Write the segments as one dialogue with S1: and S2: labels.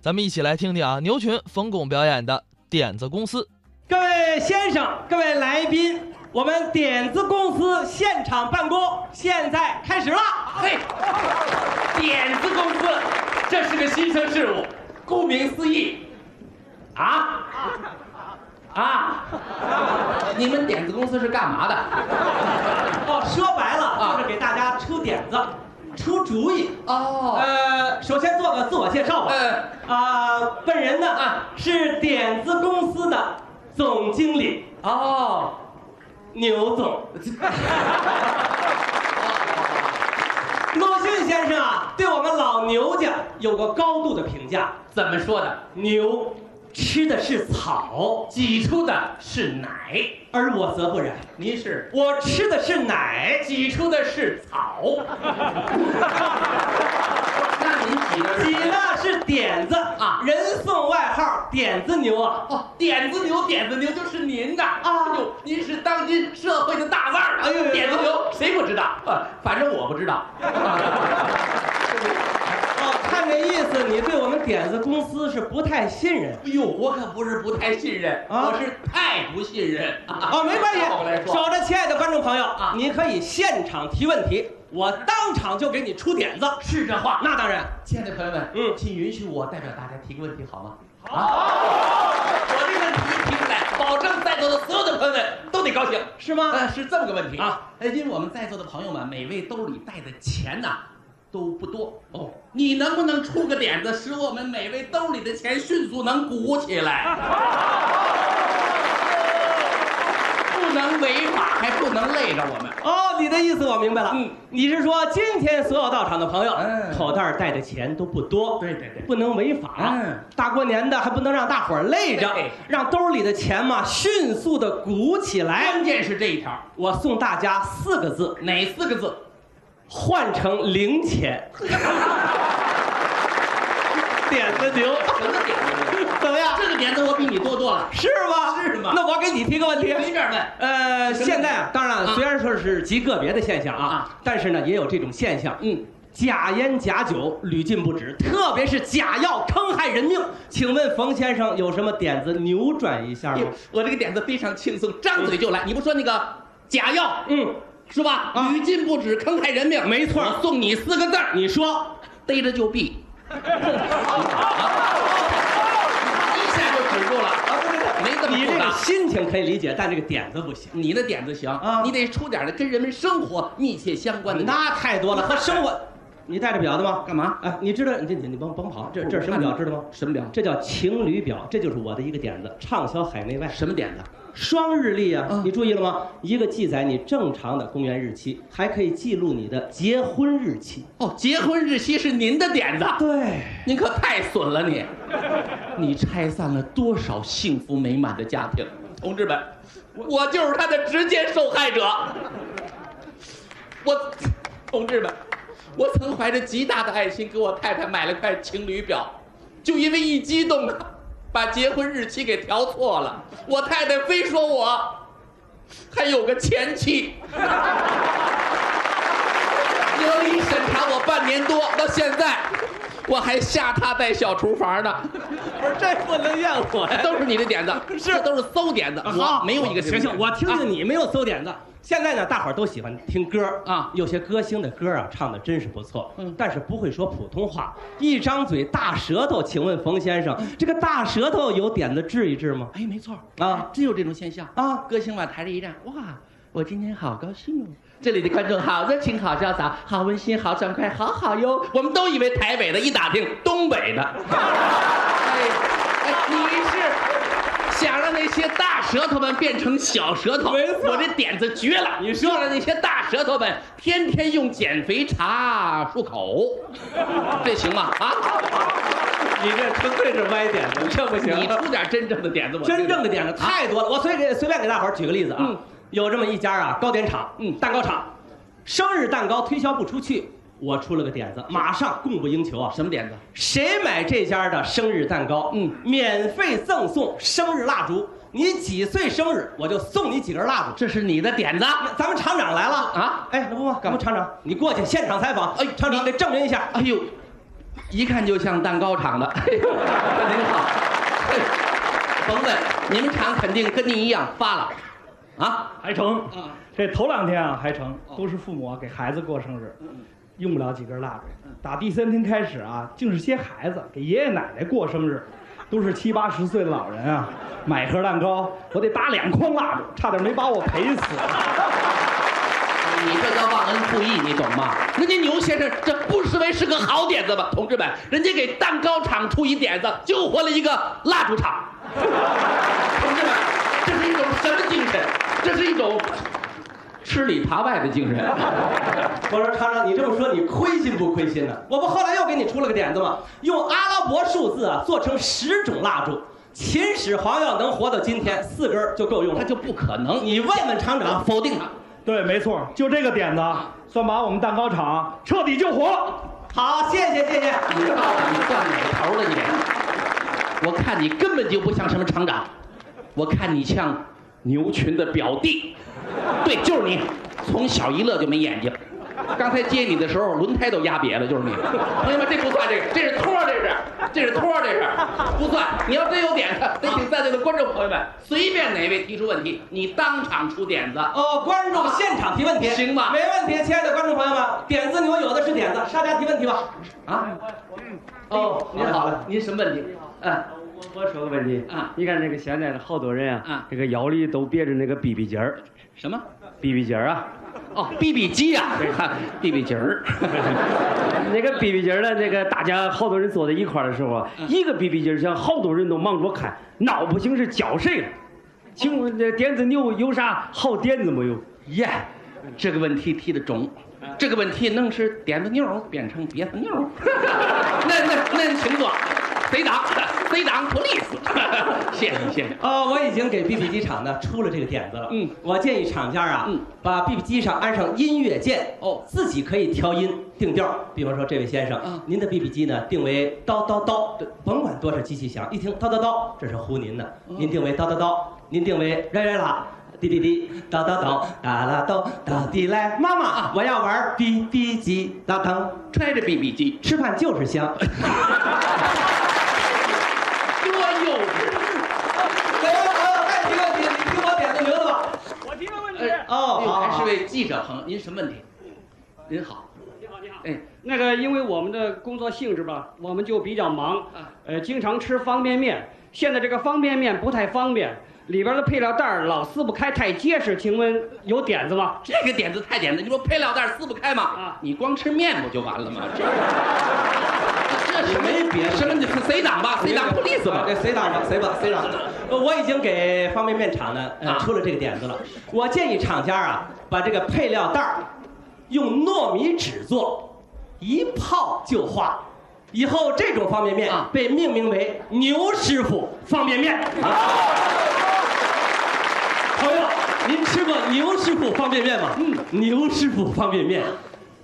S1: 咱们一起来听听啊，牛群、冯巩表演的《点子公司》。
S2: 各位先生，各位来宾，我们点子公司现场办公现在开始了。
S3: 嘿，点子公司，这是个新生事物，顾名思义，啊啊，你们点子公司是干嘛的？
S2: 哦，说白了
S3: 啊
S2: 就是给大家出点子，出主意。
S3: 哦，
S2: 呃，首先做个自我介绍吧。
S3: 呃，
S2: 啊，本人呢
S3: 啊
S2: 是点子公司的总经理
S3: 哦，
S2: 牛 总。鲁迅先生啊，对我们老牛家有过高度的评价。
S3: 怎么说的？
S2: 牛吃的是草，
S3: 挤出的是奶，
S2: 而我则不然，
S3: 您是
S2: 我吃的是奶，
S3: 挤出的是 草，那您挤的
S2: 挤
S3: 挤的
S2: 的是点子
S3: 啊
S2: 人送外号“点子牛”啊。
S3: 哦，点子牛，点子牛就是您的
S2: 啊
S3: 哎呦，您是当今社会的大腕儿啊！
S2: 哎呦
S3: 点子牛谁不知道？啊，反正我不知道。
S2: 哦，看这意思，你对我们点子公司是不太信任。
S3: 哎呦，我可不是不太信任，
S2: 啊
S3: 我是太不信任啊
S2: 哦，没关
S3: 照我来
S2: 系，
S3: 说
S2: 守着亲爱的观众朋友
S3: 啊
S2: 你可以现场提问题，我当场就给你出点子。
S3: 是这话。
S2: 那当然，
S3: 亲爱的朋友们，
S2: 嗯
S3: 请允许我代表大家提个问题好吗？好，我这问题提出来，保证在座的所有的朋友们都得高兴。
S2: 是吗？
S3: 呃，是这么个问题
S2: 啊。
S3: 呃，因为我们在座的朋友们，每位兜里带的钱呐、都不多哦。你能不能出个点子，使我们每位兜里的钱迅速能鼓起来？不能违法，还不能累着我们。
S2: 哦，你的意思我明白了。
S3: 嗯，
S2: 你是说今天所有到场的朋友，
S3: 嗯
S2: 口袋带的钱都不多，
S3: 对对对
S2: 不能违法。
S3: 嗯
S2: 大过年的还不能让大伙儿累着
S3: 对，
S2: 让兜里的钱嘛迅速的鼓起来
S3: 关。键是这一条，
S2: 我送大家四个字，
S3: 哪四个字？
S2: 换成零钱。点子 牛，
S3: 什么点子？
S2: 怎么样？
S3: 这个点子我比你多多了。
S2: 是吗？
S3: 是吗
S2: 那我给你提个问题。
S3: 随便问。
S2: 呃，现在啊，当然了，
S3: 啊
S2: 虽然说是极个别的现象啊
S3: 啊，
S2: 但是呢，也有这种现象。
S3: 嗯，
S2: 假烟假酒屡禁不止，特别是假药坑害人命。请问冯先生有什么点子扭转一下
S3: 哎
S2: 吗
S3: 呦？我这个点子非常轻松，张嘴就来。你不说那个假药，
S2: 嗯，
S3: 是吧？
S2: 啊
S3: 屡禁不止，坑害人命。
S2: 没错
S3: 我送你四个字儿，
S2: 你说
S3: 逮着就 毙。一下就止住了，没这么
S2: 你
S3: 复
S2: 这个
S3: 杂。
S2: 心情可以理解，但这个点子不行。
S3: 你的点子行
S2: 啊
S3: 你得出点儿的跟人们生活密切相关的。
S2: 那太多了，和生活。嗯 你带着表的吗？
S3: 干嘛？
S2: 哎，你知道你你你甭甭跑，这这是什么表知道吗？
S3: 什么表？
S2: 这叫情侣表，这就是我的一个点子，畅销海内外。
S3: 什么点子？
S2: 双日历啊
S3: 嗯，
S2: 你注意了吗？一个记载你正常的公元日期，还可以记录你的结婚日期。
S3: 哦，结婚日期是您的点子，
S2: 对，
S3: 您可太损了你！你拆散了多少幸福美满的家庭，同志们，我就是他的直接受害者。我，同志们，我曾怀着极大的爱心给我太太买了块情侣表，就因为一激动啊，把结婚日期给调错了。我太太非说我还有个前妻。由于审查我半年多，到现在我还吓他在小厨房呢。
S2: 不是这不能怨我呀。
S3: 都是你的点子，
S2: 是
S3: 这都是馊点子，我没有一个
S2: 行行，我听
S3: 啊
S2: 听你没有馊点子。现在呢，大伙儿都喜欢听歌
S3: 啊
S2: 有些歌星的歌啊，唱的真是不错，
S3: 嗯
S2: 但是不会说普通话，一张嘴大舌头。请问冯先
S3: 嗯
S2: 生，这个大舌头有点子治一治吗？
S3: 哎，没错儿
S2: 啊，
S3: 真有这种现象
S2: 啊
S3: 歌星往台上一站，哇，我今天好高兴哦！这里的观众好热情、好潇洒、好温馨、好爽快、好好哟！我们都以为台北的，一打听东北的。 哎，哎，你是想让那些大舌头们变成小舌头？
S2: 没错
S3: 我这点子绝了！
S2: 你说
S3: 就让那些大舌头们天天用减肥茶漱口，这行吗？啊，
S2: 你这纯粹是歪点子，这不
S3: 你出点 真正的点子，我
S2: 真
S3: 听听
S2: 正的点子太多了。我随给随便给大伙儿举个例子啊，
S3: 嗯
S2: 有这么一家啊糕点厂，
S3: 嗯
S2: 蛋糕厂，生日蛋糕推销不出去，我出了个点子，马上供不应求啊！
S3: 什么点子？
S2: 谁买这家的生日蛋糕，
S3: 嗯
S2: 免费赠送生日蜡烛。你几岁生日，我就送你几根蜡烛。
S3: 这是你的点子。
S2: 咱们厂长来了
S3: 啊
S2: 哎，那不吗？咱们厂长，你过去现场采访。
S3: 哎
S2: 厂长
S3: 你
S2: 得证明一下。
S3: 哎呦，一看就像蛋糕厂的。哎呦，您好，嘿甭问，你们厂肯定跟您一样发了，啊，
S4: 还成
S3: 啊。
S4: 这头两天啊还成
S3: 哦，嗯
S4: 都是父母啊给孩子过生日，用不了几根蜡烛。打第三天开始啊，竟是些孩子给爷爷奶奶过生日，都是七八十岁的老人啊，买盒蛋糕，我得搭两筐蜡烛，差点没把我赔死。
S3: 你这叫忘恩负义，你懂吗？人家牛先生这不失为是个好点子吧，同志们，人家给蛋糕厂出一点子，救活了一个蜡烛厂。 同志们，这是一种什么精神？这是一种吃里扒外的精神。
S2: 我说厂长，你这么说你亏心不亏心呢、我不后来又给你出了个点子吗？用阿拉伯数字啊做成十种蜡烛，秦始皇要能活到今天，四根儿就够用
S3: 他
S2: 了。
S3: 就不可能，
S2: 你
S3: 你
S2: 问问厂长，
S3: 否定他。
S4: 对，没错，就这个点子啊，算把我们蛋糕厂彻底救活了。
S2: 好，谢谢谢谢。
S3: 你到底算哪头了你？我看你根本就不像什么厂长，我看你像牛群的表弟。对，就是你，从小一乐就没眼睛。刚才接你的时候，轮胎都压瘪了，就是你。朋友们，这不算这个，这是托儿，这是，这是托儿，这是，不算。你要真有点子，得请在座的观众朋友们，随便哪位提出问题，你当场出点子。
S2: 哦，观众现场提问题，
S3: 行吧
S2: 没问题，亲爱的观众朋友们，点子牛有的是点子，沙家提问题吧。
S3: 啊？
S2: 哦
S3: 哦，您
S2: 好
S3: 好
S2: 了
S3: 了，您什么问题？嗯，
S5: 我我说个问题
S3: 啊
S5: 你看这个现在的好多人
S3: 啊
S5: 啊，这个腰里都别着那个 BB 筋儿
S3: 什么？
S5: ，BB 筋儿啊，
S3: 哦，B B 机呀、啊，，B B 筋儿。
S5: 那个 BB 筋儿呢，那个大家好多人坐在一块儿的时候啊，一个 BB 筋儿上好多人都忙着看，闹不清是叫谁了。请问这点子牛有啥好点子没有？
S3: 耶、这个问题提的中，这个问题能使点子妞儿变成别子妞儿。 那那那，请坐，贼党，贼党 police，谢 谢谢谢。
S2: 哦，我已经给 BB 机厂呢出了这个点子了。
S3: 嗯，
S2: 我建议厂家啊，
S3: 嗯
S2: 把 BB 机上安上音乐键，
S3: 哦
S2: 自己可以调音定调。比方说，这位先生，
S3: 啊
S2: 您的 BB 机呢定为叨叨叨，甭管多少机器响，一听叨叨叨，这是呼您呢。您定为叨叨叨，您定为来来啦。滴滴滴，叨叨叨，哒啦叨，到底来，妈妈，我要玩 BB 机，当当，
S3: 揣着 B B 机，
S2: 吃饭就是 香。
S3: 多幼稚！
S2: 来，我我再提问题，你听我点个名字吧。
S6: 呃
S3: 哎
S2: 哦好
S3: 还是位记者朋友，您什么问题？您好，
S6: 你好，你好。
S3: 哎，
S6: 那个，因为我们的工作性质吧，我们就比较忙
S3: 啊，
S6: 呃，经常吃方便面。现在这个方便面不太方便，里边的配料袋儿老撕不开，太结实。请问有点子吗？
S3: 这个点子太简单，你说配料袋撕不开吗？
S6: 啊
S3: 你光吃面不就完了吗？这这什么
S2: 没别的
S3: 什么？你是贼党吧？贼党 police 吧？
S2: 这谁打吧，谁吧，谁打？呃我已经给方便面厂呢、呃
S3: 啊
S2: 出了这个点子了。我建议厂家啊，把这个配料袋儿用糯米纸做，一泡就化。以后这种方便面
S3: 啊
S2: 被命名为牛师傅方便面。朋友，您吃过牛师傅方便面吗？嗯，牛师傅方便面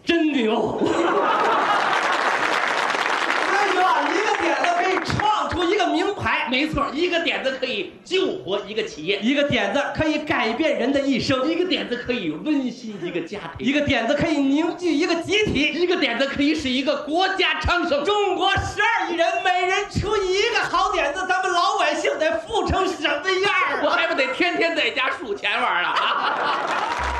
S2: 真牛。 哎呀，一个点子可以创出一个名牌，
S3: 没错，一个点子可以救活一个企业，
S2: 一个点子可以改变人的一生，
S3: 一个点子可以温馨一个家庭，
S2: 一个点子可以凝聚一个集体。
S3: 一个点子可以使一个国家昌盛。
S2: 中国十二亿人，每人出一个好点子，咱们老百姓得富成什么样
S3: 我
S2: 啊？
S3: 还不得天天在家数钱玩啊？